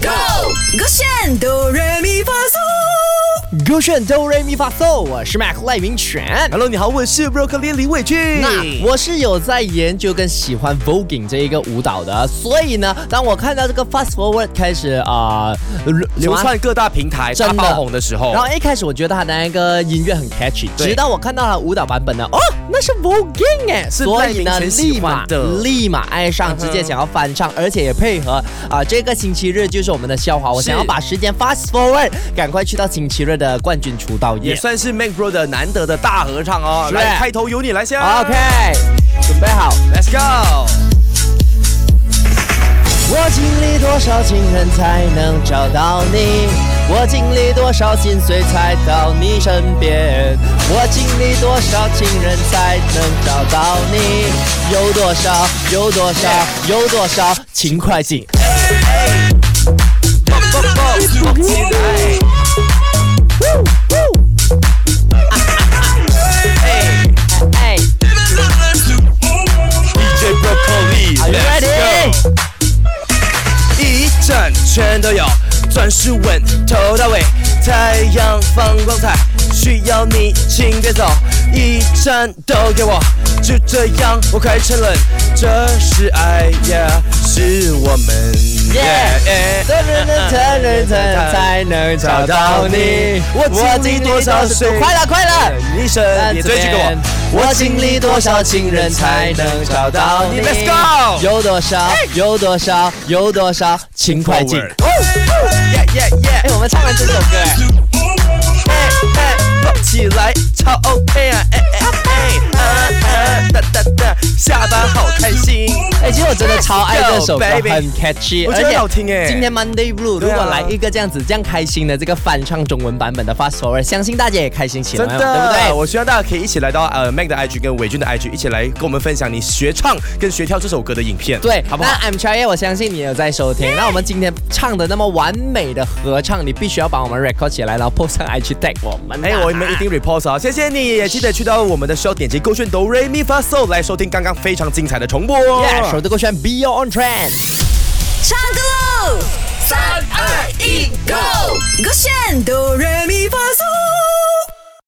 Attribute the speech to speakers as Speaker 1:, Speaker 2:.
Speaker 1: Go！勾选哆来咪发嗦，
Speaker 2: 勾选哆瑞咪发嗦，我是 Mac 赖云全。
Speaker 3: Hello，你好，我是 Broccoli 李伟俊。
Speaker 2: 那我是有在研究跟喜欢 voguing 这一个舞蹈的，所以呢，当我看到这个 fast forward 开始啊、呃
Speaker 3: 流窜各大平台
Speaker 2: 真
Speaker 3: 大
Speaker 2: 的
Speaker 3: 爆红的时候
Speaker 2: 然，后一开始我觉得他的那个音乐很 catchy，
Speaker 3: 对
Speaker 2: 直到我看到他舞蹈版本呢，哦，那是 voguing 哎，
Speaker 3: 是
Speaker 2: 所以呢，
Speaker 3: 赖明晨
Speaker 2: 立
Speaker 3: 喜
Speaker 2: 马
Speaker 3: 欢的嗯
Speaker 2: 立马爱上，直接想要翻唱，而且也配合啊、这个星期日就是我们的笑话，我
Speaker 3: 是
Speaker 2: 想要把时间 fast forward，赶快去到星期日的冠军出道
Speaker 3: 也
Speaker 2: 夜。
Speaker 3: 算是 Mac Bro 的难得的大合唱哦。
Speaker 2: 是
Speaker 3: 来，开头由你来先。
Speaker 2: OK，准备好。
Speaker 3: Let's go。
Speaker 2: 我经历多少情人才能找到你？我经历多少心碎才到你身边？我经历多少情人才能找到你？有多少？有多少？有多少？勤 快进！
Speaker 3: 蹦蹦蹦，蹦起来！
Speaker 2: 哎
Speaker 3: DJ Broccoli，Are
Speaker 2: ，Are you ready？
Speaker 3: 一整圈都有，钻石吻头到尾，太阳放光彩，需要你请别走，一站都给我，就这样我快沉沦，这是爱呀，是我们。
Speaker 2: Yeah 才能才能才能才能找到你。
Speaker 3: 我经历多少岁
Speaker 2: 快了快了！
Speaker 3: 医生，你最近给我，
Speaker 2: 我经历多少情人才能找到你
Speaker 3: Let's go
Speaker 2: 有多少？有多少？有多少？勤快进！
Speaker 3: Forward 耶耶耶！
Speaker 2: 哎，我们唱完这首歌哎。
Speaker 3: 哎哎，蹦起来，超 OK 啊！哎哎哎，啊啊哒哒哒，下班好开心。
Speaker 2: 哎，其实我真的超爱这首歌，
Speaker 3: Yo, baby
Speaker 2: 很 catchy，
Speaker 3: 我觉得很好听哎
Speaker 2: 今天 Monday Blue 如
Speaker 3: 对啊
Speaker 2: 果来一个这样子这样开心的这个翻唱中文版本的 Fast Forward，相信大家也开心起来
Speaker 3: 真
Speaker 2: 了，
Speaker 3: 的，
Speaker 2: 对不对？
Speaker 3: 我希望大家可以一起来到呃 Mac 的 IG 跟伟俊的 IG 一起来跟我们分享你学唱跟学跳这首歌的影片，
Speaker 2: 对，
Speaker 3: 好不好？
Speaker 2: 那 I'm Try，我相信你有在收听。那我们今天唱的那么完美的合唱，你必须要把我们 record 起来，然后 post 上 IG tag 我们啊。
Speaker 3: 哎，我们一定 report 啊！谢谢你，也记得去到我们的 show 点击勾选哆瑞咪发嗦来收听刚刚非常精彩的重播哦。
Speaker 2: Yeah，手的勾选 Be Your On Trend。
Speaker 1: 唱歌喽！三二一，Go！勾选哆来咪发嗦。